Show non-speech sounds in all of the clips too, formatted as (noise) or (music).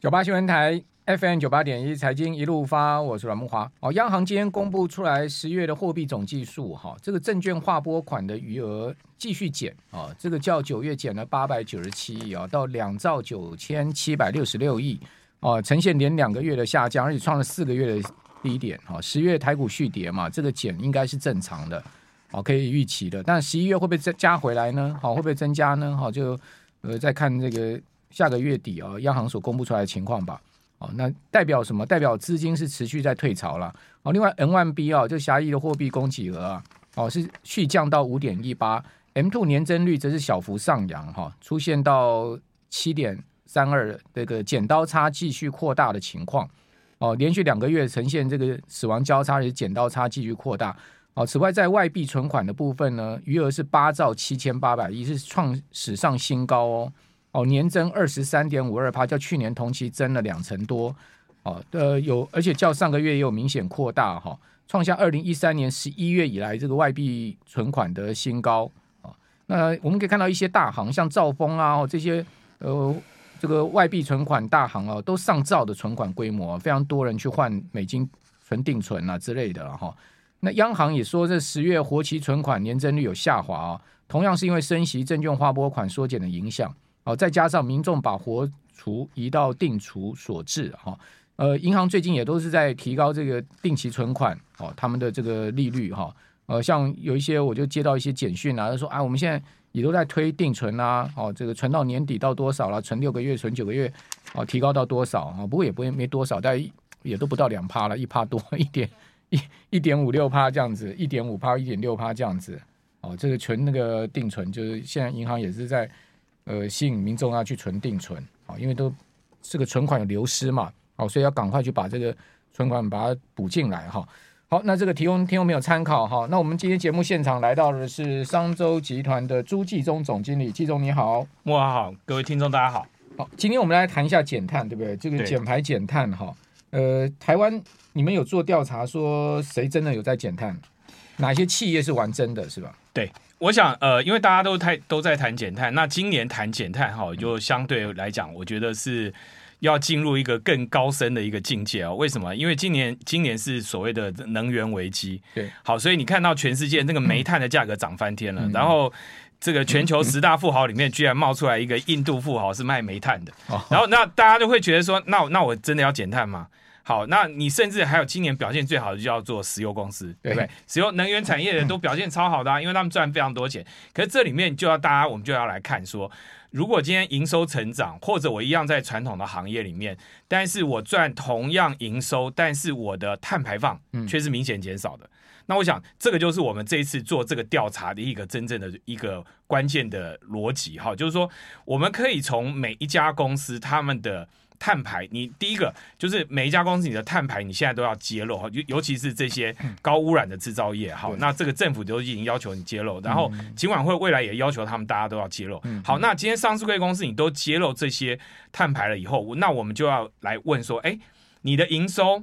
九八新闻台 FM 九八点一财经一路发，我是阮木华。哦，央行今天公布出来十月的货币总计数，哈、这个证券划拨款的余额继续减啊、哦这个较九月减了八百九十七亿啊、哦到两兆九千七百六十六亿哦，呈现连两个月的下降，而且创了四个月的低点。哦，十月台股续跌嘛，这个减应该是正常的，哦，可以预期的。但十一月会不会增加回来呢？哦好、会不会增加呢？好、就呃再看这个下个月底啊、央行所公布出来的情况吧。哦，那代表什么？代表资金是持续在退潮了。哦，另外 N 1 B 啊，就狭义的货币供给额啊，哦是续降到五点一八，M two 年增率则是小幅上扬哈、出现到七点三二这个剪刀差继续扩大的情况。哦，连续两个月呈现这个死亡交叉，也是剪刀差继续扩大。哦，此外，在外币存款的部分呢，余额是八兆七千八百亿，是创史上新高哦。哦，年增二十三点五二帕，较去年同期增了两成多。哦，呃，有，而且较上个月也有明显扩大哈、创下二零一三年十一月以来这个外币存款的新高。哦，那我们可以看到一些大行，像兆丰啊、哦、这些呃这个外币存款大行哦，都上兆的存款规模，非常多人去换美金存定存啊之类的了哈、那央行也说，这十月活期存款年增率有下滑啊、同样是因为升息、证券划拨款缩减的影响。哦，再加上民众把活储移到定储所致哈、哦呃，银行最近也都是在提高这个定期存款哦，他们的这个利率哈、呃，像有一些我就接到一些简讯啊，他说啊，我们现在也都在推定存啊，哦，这个存到年底到多少了，存六个月，存九个月，哦，提高到多少啊、哦？不过也不会没多少，但也都不到两趴了，一趴多一点一一点五六趴这样子，一点五趴一点六趴这样子。哦，这个存那个定存，就是现在银行也是在呃吸引民众要去存定存啊、哦，因为都这个存款有流失嘛，哦，所以要赶快去把这个存款把它补进来哈、好，那这个提供听众朋友参考哈、那我们今天节目现场来到的是商周集团的朱继忠总经理，继忠你好。木华好，各位听众大家好。好，今天我们来谈一下减碳，对不对？这个对减排减碳哈，呃，台湾你们有做调查说谁真的有在减碳？哪些企业是玩真的，是吧？我想，呃，因为大家都太都在谈减碳，那今年谈减碳哈，就相对来讲，我觉得是要进入一个更高深的一个境界哦。为什么？因为今年今年是所谓的能源危机，对，好，所以你看到全世界那个煤炭的价格涨翻天了，然后。这个全球十大富豪里面，居然冒出来一个印度富豪是卖煤炭的，哦然后那大家就会觉得说，那那我真的要减碳吗？好，那你甚至还有今年表现最好的就叫做石油公司，对不对对？石油能源产业的都表现超好的、啊，因为他们赚非常多钱。可是这里面就要大家，我们就要来看说，如果今天营收成长，或者我一样在传统的行业里面，但是我赚同样营收，但是我的碳排放却是明显减少的。那我想，这个就是我们这一次做这个调查的一个真正的一个关键的逻辑哈，就是说，我们可以从每一家公司他们的碳排，你第一个就是每一家公司你的碳排，你现在都要揭露哈，尤尤其是这些高污染的制造业哈对，那这个政府都已经要求你揭露，然后尽管会未来也要求他们大家都要揭露。好，那今天上市贵公司你都揭露这些碳排了以后，那我们就要来问说，哎，你的营收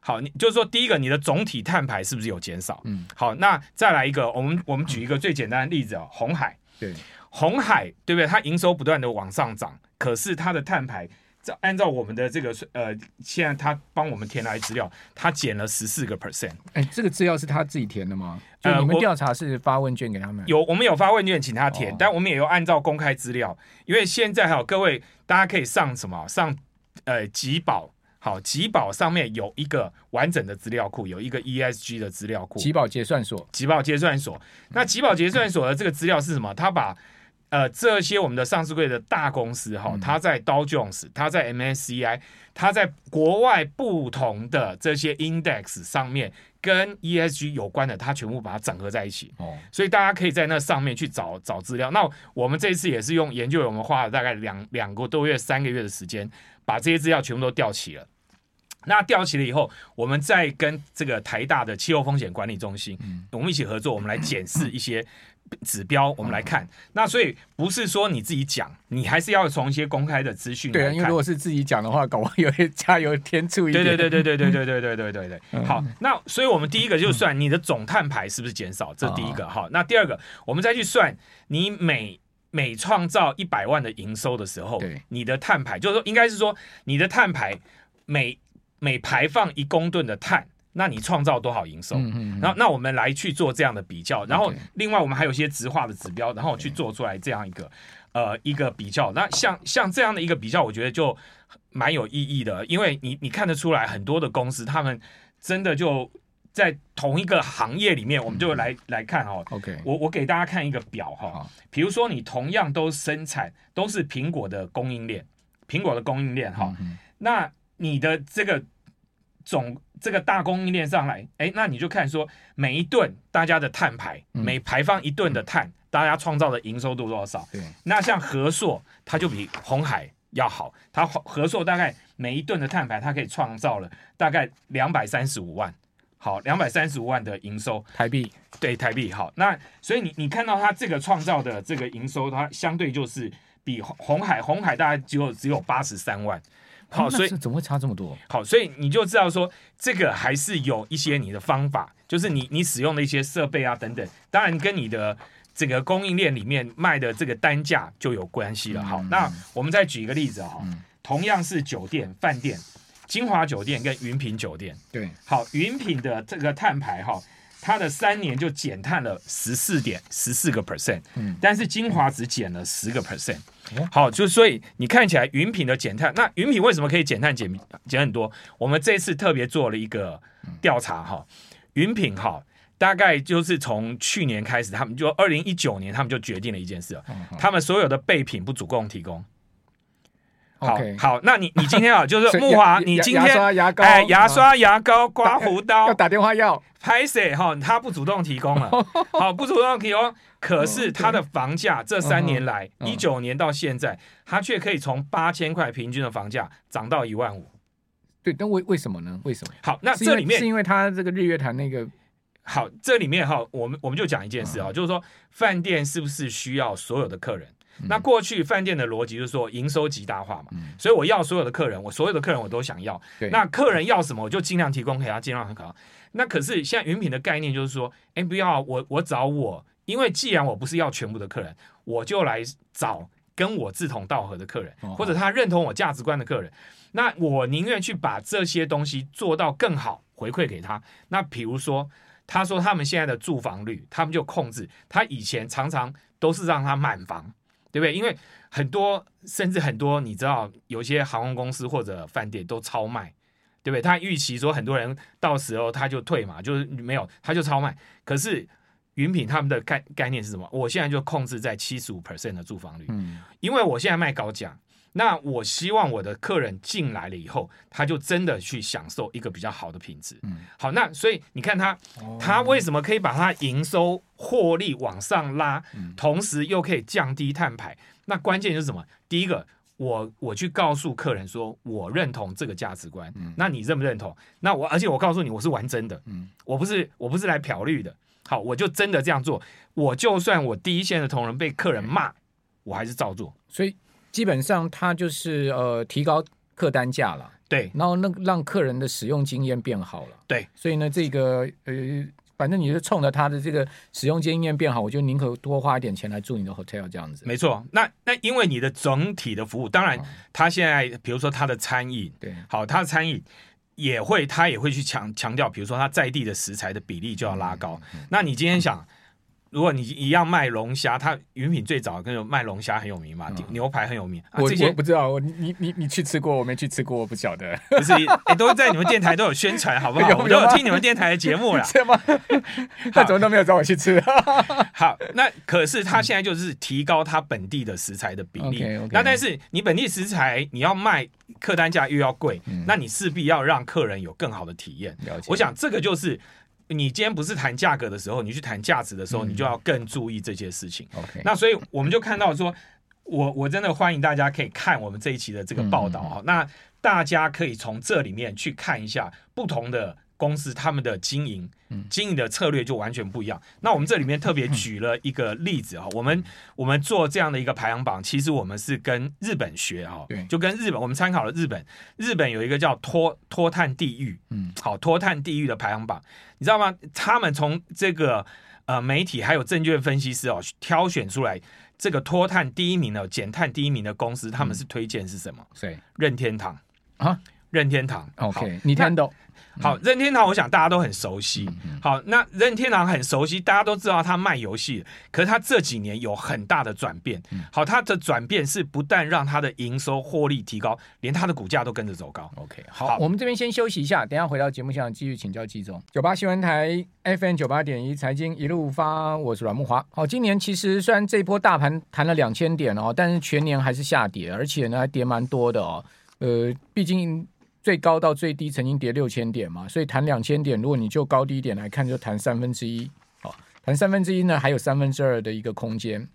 好，你就是说，第一个，你的总体碳排是不是有减少？嗯，好，那再来一个，我们我们举一个最简单的例子哦，红海，对，红海对不对？它营收不断的往上涨，可是它的碳排，照按照我们的这个呃，现在它帮我们填来资料，它减了十四个 percent。哎，这个资料是他自己填的吗？就呃你们我调查是发问卷给他们？有我们有发问卷请他填，哦但我们也有按照公开资料，因为现在还有各位大家可以上什么上呃集保。好，集保上面有一个完整的资料库，有一个 ESG 的资料库。集保结算所，集保结算所。那集保结算所的这个资料是什么？他把呃这些我们的上市柜的大公司哈，它在 Dow Jones，它在 MSCI，它在国外不同的这些 index 上面跟 ESG 有关的，它全部把它整合在一起。哦，所以大家可以在那上面去找找资料。那我们这次也是用研究员，我们花了大概两两个多月、三个月的时间，把这些资料全部都调齐了。那调齐了以后，我们再跟这个台大的气候风险管理中心，嗯我们一起合作，我们来检视一些指标，我们来看。那所以不是说你自己讲，你还是要从一些公开的资讯来对啊，看。因为如果是自己讲的话，搞不好有些加油添醋一点。嗯对对对对对对对对对对对对。好，那所以我们第一个就啊算你的总碳排是不是减少，这第一个哈。那第二个，我们再去算你每每创造一百万的营收的时候对，你的碳排就是说，应该是说你的碳排每每排放一公吨的碳，那你创造多少营收？嗯嗯，然后，那我们来去做这样的比较，然后 OK 另外我们还有一些直化的指标，然后去做出来这样一个呃一个比较。那像像这样的一个比较，我觉得就蛮有意义的，因为你你看得出来很多的公司，他们真的就在同一个行业里面，我们就来、来看哦。 OK，我我给大家看一个表哈、嗯好比如说你同样都生产都是苹果的供应链，苹果的供应链哈、嗯嗯那你的这个总这个大供应链上来，哎，那你就看说每一吨大家的碳排，嗯每排放一吨的碳，大家创造的营收度多少？对，那像和硕，它就比红海要好，它和和硕大概每一吨的碳排，它可以创造了大概两百三十五万。好，两百三十五万的营收，台币对台币好，那所以你你看到它这个创造的这个营收，它相对就是比红红海红海大概只有只有八十三万，好，哦那所以这怎么会差这么多？好，所以你就知道说，这个还是有一些你的方法，就是你你使用的一些设备啊等等，当然跟你的这个供应链里面卖的这个单价就有关系了。好，那我们再举一个例子哈、同样是酒店、饭店，金华酒店跟云品酒店，对，好，云品的这个碳排哈、它的三年就减碳了十四点十四个 percent，嗯但是精华只减了十个 percent 哦。好，就所以你看起来云品的减碳，那云品为什么可以减碳减减很多？我们这次特别做了一个调查哈、云品哈、大概就是从去年开始，他们就二零一九年，他们就决定了一件事了，嗯好他们所有的备品不主动提供。好 OK 好，那你你今天啊，就是 (laughs) 所以木牙华，牙你今牙天刷、牙膏、哎，牙啊刷、牙膏、刮胡要 (laughs) 刀、打电话要，拍谁哈，他不主动提供哦了，好，不主动提供。可是它的房价这三年来，嗯一九年到现在，它却可以从八千块平均的房价涨到一万五。对，但为为什么呢？为什么？好，那是因为这里是面因为他这个日月潭那个好，这里面哈，我们我们就讲一件事嗯啊，就是说饭店是不是需要所有的客人？嗯那过去饭店的逻辑就是说营收极大化嘛，所以我要所有的客人，我所有的客人我都想要。对那客人要什么，我就尽量提供给他，尽量很好。那可是现在云品的概念就是说，哎，不要我我找我，因为既然我不是要全部的客人，我就来找跟我志同道合的客人，哦或者他认同我价值观的客人。那我宁愿去把这些东西做到更好，回馈给他。那比如说，他说他们现在的住房率，他们就控制。他以前常常都是让他满房，对不对？因为很多甚至很多，你知道，有些航空公司或者饭店都超卖，对不对？他预期说很多人到时候他就退嘛，就是没有，他就超卖。可是云品他们的概概念是什么？我现在就控制在七十五 percent 的住房率，嗯因为我现在卖高价。那我希望我的客人进来了以后，他就真的去享受一个比较好的品质。嗯，哦好，那所以你看他它为什么可以把它营收获利往上拉，嗯同时又可以降低碳排？那关键就是什么？第一个，我我去告诉客人说，我认同这个价值观，那你认不认同？那我而且我告诉你，我是玩真的，嗯我不是我不是来漂绿的。好，我就真的这样做，我就算我第一线的同仁被客人嗯骂，我还是照做。所以基本上他就是呃提高客单价了，对然后那个让客人的使用经验变好了。对，所以呢，这个呃，反正你是冲着他的这个使用经验变好，我就宁可多花一点钱来住你的 hotel 这样子。没错。那那因为你的整体的服务，当嗯然他现在比如说他的餐饮，对，好，它的餐饮也会，它也会去强强调，比如说它在地的食材的比例就要拉高。嗯那你今天想，如果你一样卖龙虾，它云品最早跟着卖龙虾很有名嘛，牛排很有名，啊、嗯我这些我不知道，我你你你去吃过，我没去吃过，我不晓得，不是、诶都在你们电台都有宣传，好不 (laughs) 好？有啊我都有有吗听你们电台的节目 (laughs) 啦。是吗？那啊怎么都没有找我去 (laughs) 吃啊？好，那可是它现在就是提高它本地的食材的比例。 OK，OK 那但是你本地食材你要卖客单价又要贵，那你势必要让客人有更好的体验。嗯了解我想这个就是你今天不是谈价格的时候，你去谈价值的时嗯候，你就要更注意这些事情。 OK，那所以我们就看到说，我我真的欢迎大家可以看我们这一期的这个报嗯道啊、那大家可以从这里面去看一下不同的公司他们的经营、嗯经营的策略就完全不一样。那我们这里面特别举了一个例子啊、嗯我们我们做这样的一个排行榜，其实我们是跟日本学哈、对就跟日本我们参考了日本，日本有一个叫脱脱碳地狱，嗯，好脱碳地狱的排行榜，你知道吗？他们从这个呃媒体还有证券分析师哦挑选出来这个脱碳第一名的、减碳第一名的公司，他们是推荐是什么？谁任天堂啊？任天堂好？OK，你嗯听懂？好，任天堂我想大家都很熟悉。好，那任天堂很熟悉，大家都知道他卖游戏，可是他这几年有很大的转变。好，他的转变是不但让他的营收获利提高，连他的股价都跟着走高。 OK，好，好我们这边先休息一下，等一下回到节目现场继续请教季总。九八新闻台 FM 九八点一财经一路发，我是阮木华。好，今年其实虽然这一波大盘弹了两千点哦，但是全年还是下跌，而且呢还跌蛮多的哦。呃，毕竟最高到最低曾经跌六千点嘛，所以弹两千点，如果你就高低点来看，就弹三分之一。哦，弹三分之一呢，还有三分之二的一个空间。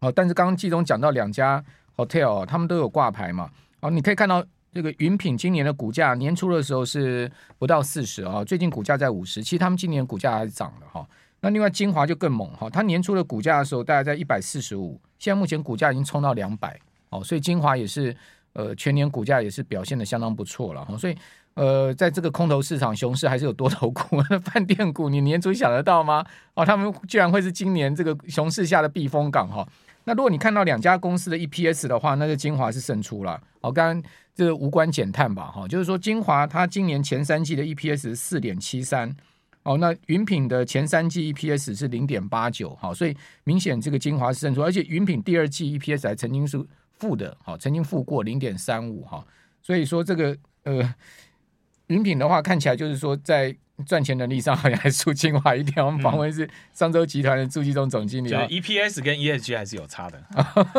哦，但是刚刚季总讲到两家 hotel，哦他们都有挂牌嘛。哦，你可以看到这个云品今年的股价年初的时候是不到四十啊，最近股价在五十，其实他们今年股价还是涨的哈、那另外精华就更猛哈、它年初的股价的时候大概在一百四十五，现在目前股价已经冲到两百哦，所以精华也是呃全年股价也是表现的相当不错了哈、所以。呃，在这个空头市场熊市还是有多头股， (laughs) 那饭店股你年初想得到吗？哦，他们居然会是今年这个熊市下的避风港哈、那如果你看到两家公司的 EPS 的话，那就精华是胜出了。哦，刚刚这个无关减碳吧，哈、就是说精华它今年前三季的 EPS 是四点七三，哦，那云品的前三季 EPS 是零点八九，好，所以明显这个精华是胜出，而且云品第二季 EPS 还曾经是负的，好、曾经负过零点三五，哈，所以说这个呃，云品的话看起来就是说在。赚钱能力上好像还输精华一点。我们访问是商周集团的朱继忠总经理、就啊。是 EPS 跟 ESG 还是有差的，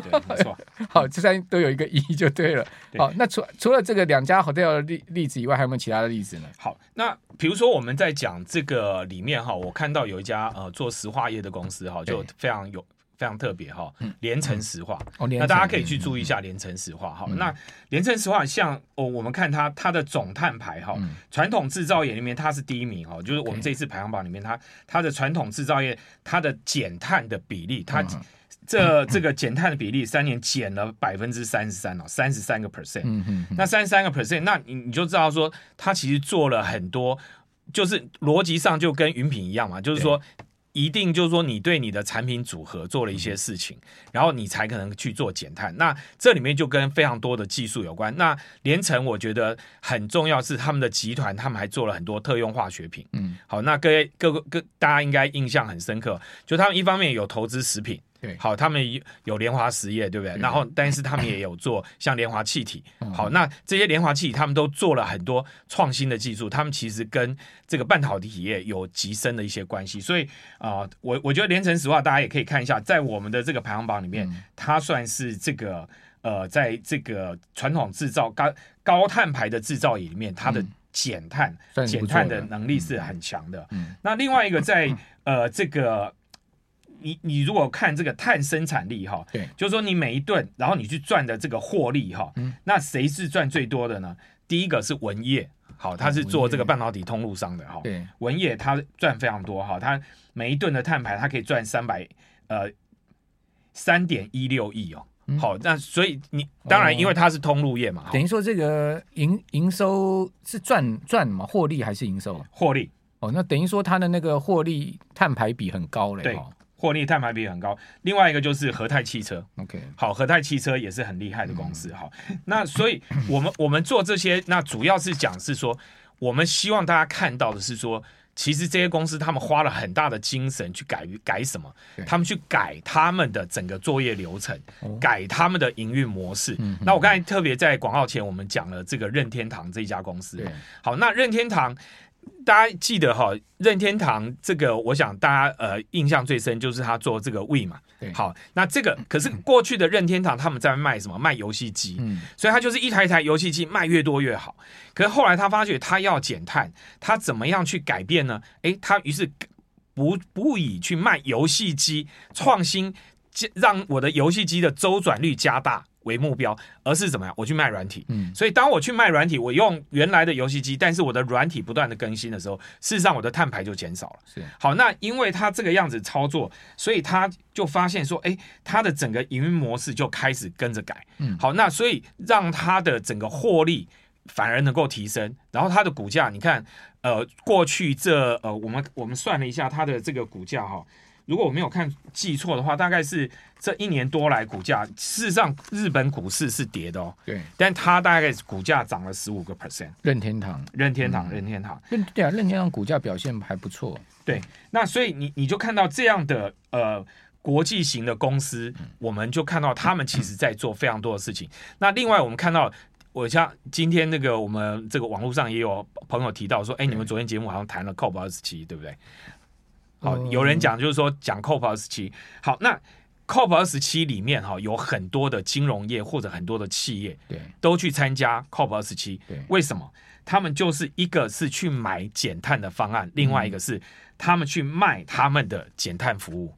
对，没错。好，这三都有一个一就对了。对好，那除除了这个两家 hotel 的例例子以外，还有没有其他的例子呢？好，那比如说我们在讲这个里面哈，我看到有一家呃做石化业的公司哈，就对非常有非常特别哈，连城石化。哦，那大家可以去注意一下连城石化哈。嗯那连城石化像哦，我们看它它的总碳排哈嗯，传统制造业里面它是第一名哈，就是我们 OK 这一次排行榜里面它它的传统制造业它的减碳的比例，它嗯这这个减碳的比例三年减了百分之三十三哦，三十三个 percent。嗯嗯嗯，那三十三个 percent，那你你就知道说，他其实做了很多，就是逻辑上就跟云品一样嘛，就是说。一定就是说，你对你的产品组合做了一嗯些事情，然后你才可能去做减碳。那这里面就跟非常多的技术有关。那连城我觉得很重要是他们的集团，他们还做了很多特用化学品。嗯，好，那各位各个各大家应该印象很深刻，就他们一方面有投资食品，对好，他们有有联华实业，对不对？对嗯然后，但是他们也有做像联华气体，好，那这些联华气体他们都做了很多创新的技术，他们其实跟这个半导体业有极深的一些关系，所以啊、呃我我觉得连城石化大家也可以看一下，在我们的这个排行榜里面，嗯它算是这个呃，在这个传统制造高高碳排的制造业里面，它嗯的减碳、算是减不错碳的的能力是很强的。嗯那另外一个在呃这个你你如果看这个碳生产力哈，对就是说你每一顿，然后你去赚的这个获利哈，嗯那谁是赚最多的呢？第一个是文业，好，它是做这个半导体通路商的哈，对，文业它赚非常多哈，它每一吨的碳排它可以赚三百呃三点一六亿哦。好，那所以你当嗯哦然，因为它是通路业嘛，哈等于说这个营营收是赚赚嘛，获利还是营收？获利哦，那等于说它的那个获利碳排比很高嘞。对哦获利碳排比很高。另外一个就是和泰汽车， ，OK，好，和泰汽车也是很厉害的公司。嗯好，那所以我们我们做这些，那主要是讲是说，我们希望大家看到的是说，其实这些公司他们花了很大的精神去改改什么对？他们去改他们的整个作业流程，哦嗯改他们的营运模式。那我刚才特别在广告前我们讲了这个任天堂这一家公司对，，好，那任天堂，大家记得哈，任天堂这个，我想大家呃印象最深就是他做这个 We 嘛对。好，那这个可是过去的任天堂他们在卖什么？卖游戏机。嗯，所以他就是一台一台游戏机卖越多越好。可是后来他发觉他要减碳，他怎么样去改变呢？诶，他于是不不以去卖游戏机创新，加让我的游戏机的周转率加大为目标，而是怎么样？我去卖软体。嗯所以当我去卖软体，我用原来的游戏机，但是我的软体不断的更新的时候，事实上我的碳排就减少了。是，好，那因为他这个样子操作，所以他就发现说，哎，他的整个营运模式就开始跟着改。嗯好，那所以让他的整个获利反而能够提升，然后它的股价，你看，呃，过去这呃，我们我们算了一下它的这个股价哈、如果我没有看记错的话，大概是这一年多来股价，事实上日本股市是跌的哦，对，但它大概股价涨了十五个 percent。任天堂，任天堂，任天堂，任对啊，任天堂股价表现还不错，那所以你你就看到这样的呃国际型的公司，我们就看到他们其实在做非常多的事情。那另外我们看到。我像今天那个，我们这个网络上也有朋友提到说，哎，你们昨天节目好像谈了 COP 二十七，对不对？好，嗯有人讲就是说讲 COP 二十七。好，那 COP 二十七里面哈有很多的金融业或者很多的企业 (laughs) 对都去参加 COP 二十七，对为什么？他们就是一个是去买减碳的方嗯案，另外一个是他们去卖他们的减碳服务。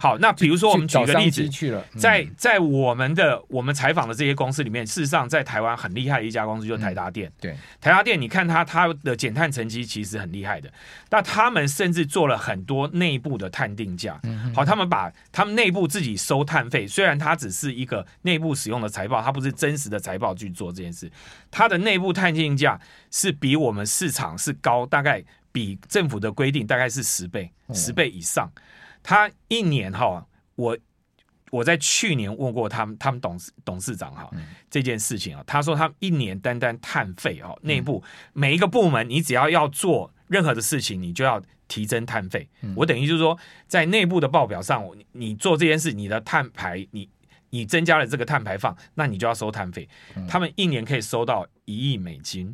好，那比如说我们举去个找例商子机，去了，嗯在在我们的我们采访的这些公司里面，事实上在台湾很厉害的一家公司就是台达电。对台达电，你看它它的减碳成绩其实很厉害的，那他们甚至做了很多内部的碳定价。好，他们把他们内部自己收碳费，虽然它只是一个内部使用的财报，它不是真实的财报去做这件事，它的内部碳定价是比我们市场是高，大概比政府的规定大概是十倍，哦十倍以上。他一年哈，我我在去年问过他们，他们董事董事长哈、这件事情啊，他说他们一年单单碳费哦，嗯内部每一个部门，你只要要做任何的事情，你就要提升碳费。嗯我等于就是说，在内部的报表上，我你你做这件事，你的碳排你。你增加了这个碳排放，那你就要收碳费。嗯他们一年可以收到一亿美金，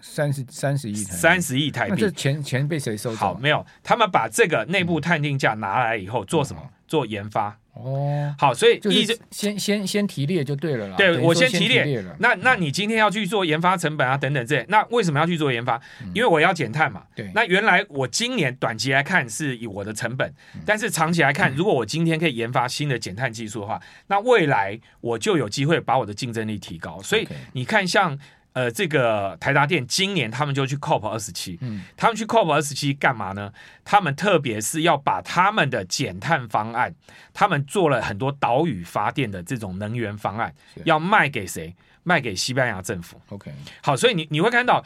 三十三十亿台币，三十亿台那币这。钱钱被谁收走好，啊？没有，他们把这个内嗯部探定价拿来以后做什么？做研发。哦，好，所以就一直是先先先提列就对了啦。对等于我说先提列了，嗯那那你今天要去做研发成本啊等等这些，那为什么要去做研发？因为我要减碳嘛。嗯对那原来我今年短期来看是以我的成本，但是长期来看，如果我今天可以研发新的减碳技术的话，那未来我就有机会把我的竞争力提高。所以 OK 你看像，呃这个台达电今年他们就去 COP 二十七，嗯他们去 COP 二十七干嘛呢？他们特别是要把他们的减碳方案，他们做了很多岛屿发电的这种能源方案是，要卖给谁？卖给西班牙政府。 OK，好，所以你你会看到，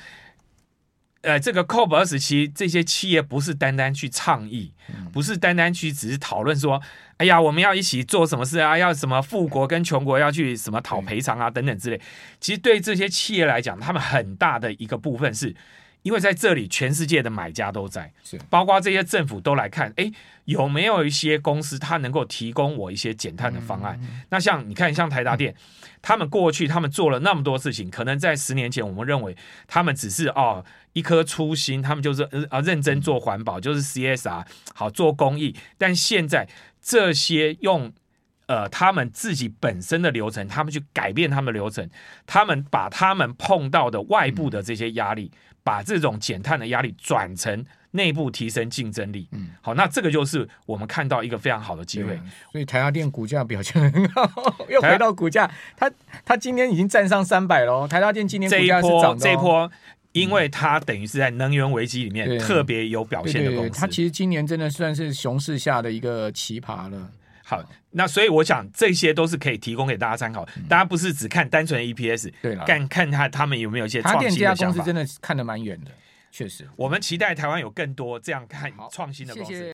呃，这个 COP 二十七这些企业不是单单去倡议，不是单单去只是讨论说，哎呀，我们要一起做什么事啊，要什么富国跟穷国要去什么讨赔偿啊等等之类。其实对这些企业来讲，他们很大的一个部分是。因为在这里，全世界的买家都在是，包括这些政府都来看，哎，有没有一些公司它能够提供我一些减碳的方案？那像你看，像台达电，他们过去他们做了那么多事情，可能在十年前，我们认为他们只是哦一颗初心，他们就是呃啊认真做环保，就是 CSR 好做公益。但现在这些用呃他们自己本身的流程，他们去改变他们的流程，他们把他们碰到的外部的这些压力，把这种减碳的压力转成。内部提升竞争力，嗯，好，那这个就是我们看到一个非常好的机对会啊。所以台达电股价表现很好， (laughs) 又台达回到股价，它它今天已经站上三百喽。台达电今年这股一价是波涨的、哦，这一波，因为它等于是在能源危机里面对特别有表对现的对公对，司。它其实今年真的算是熊市下的一个奇葩了。好，那所以我想这些都是可以提供给大家参考，嗯大家不是只看单纯的 EPS，对了，看看他他们有没有一些台达创电嗯新这家的公想司法。真的看得蛮远的，确实。我们期待台湾有更多这样看好创新的谢公司。谢。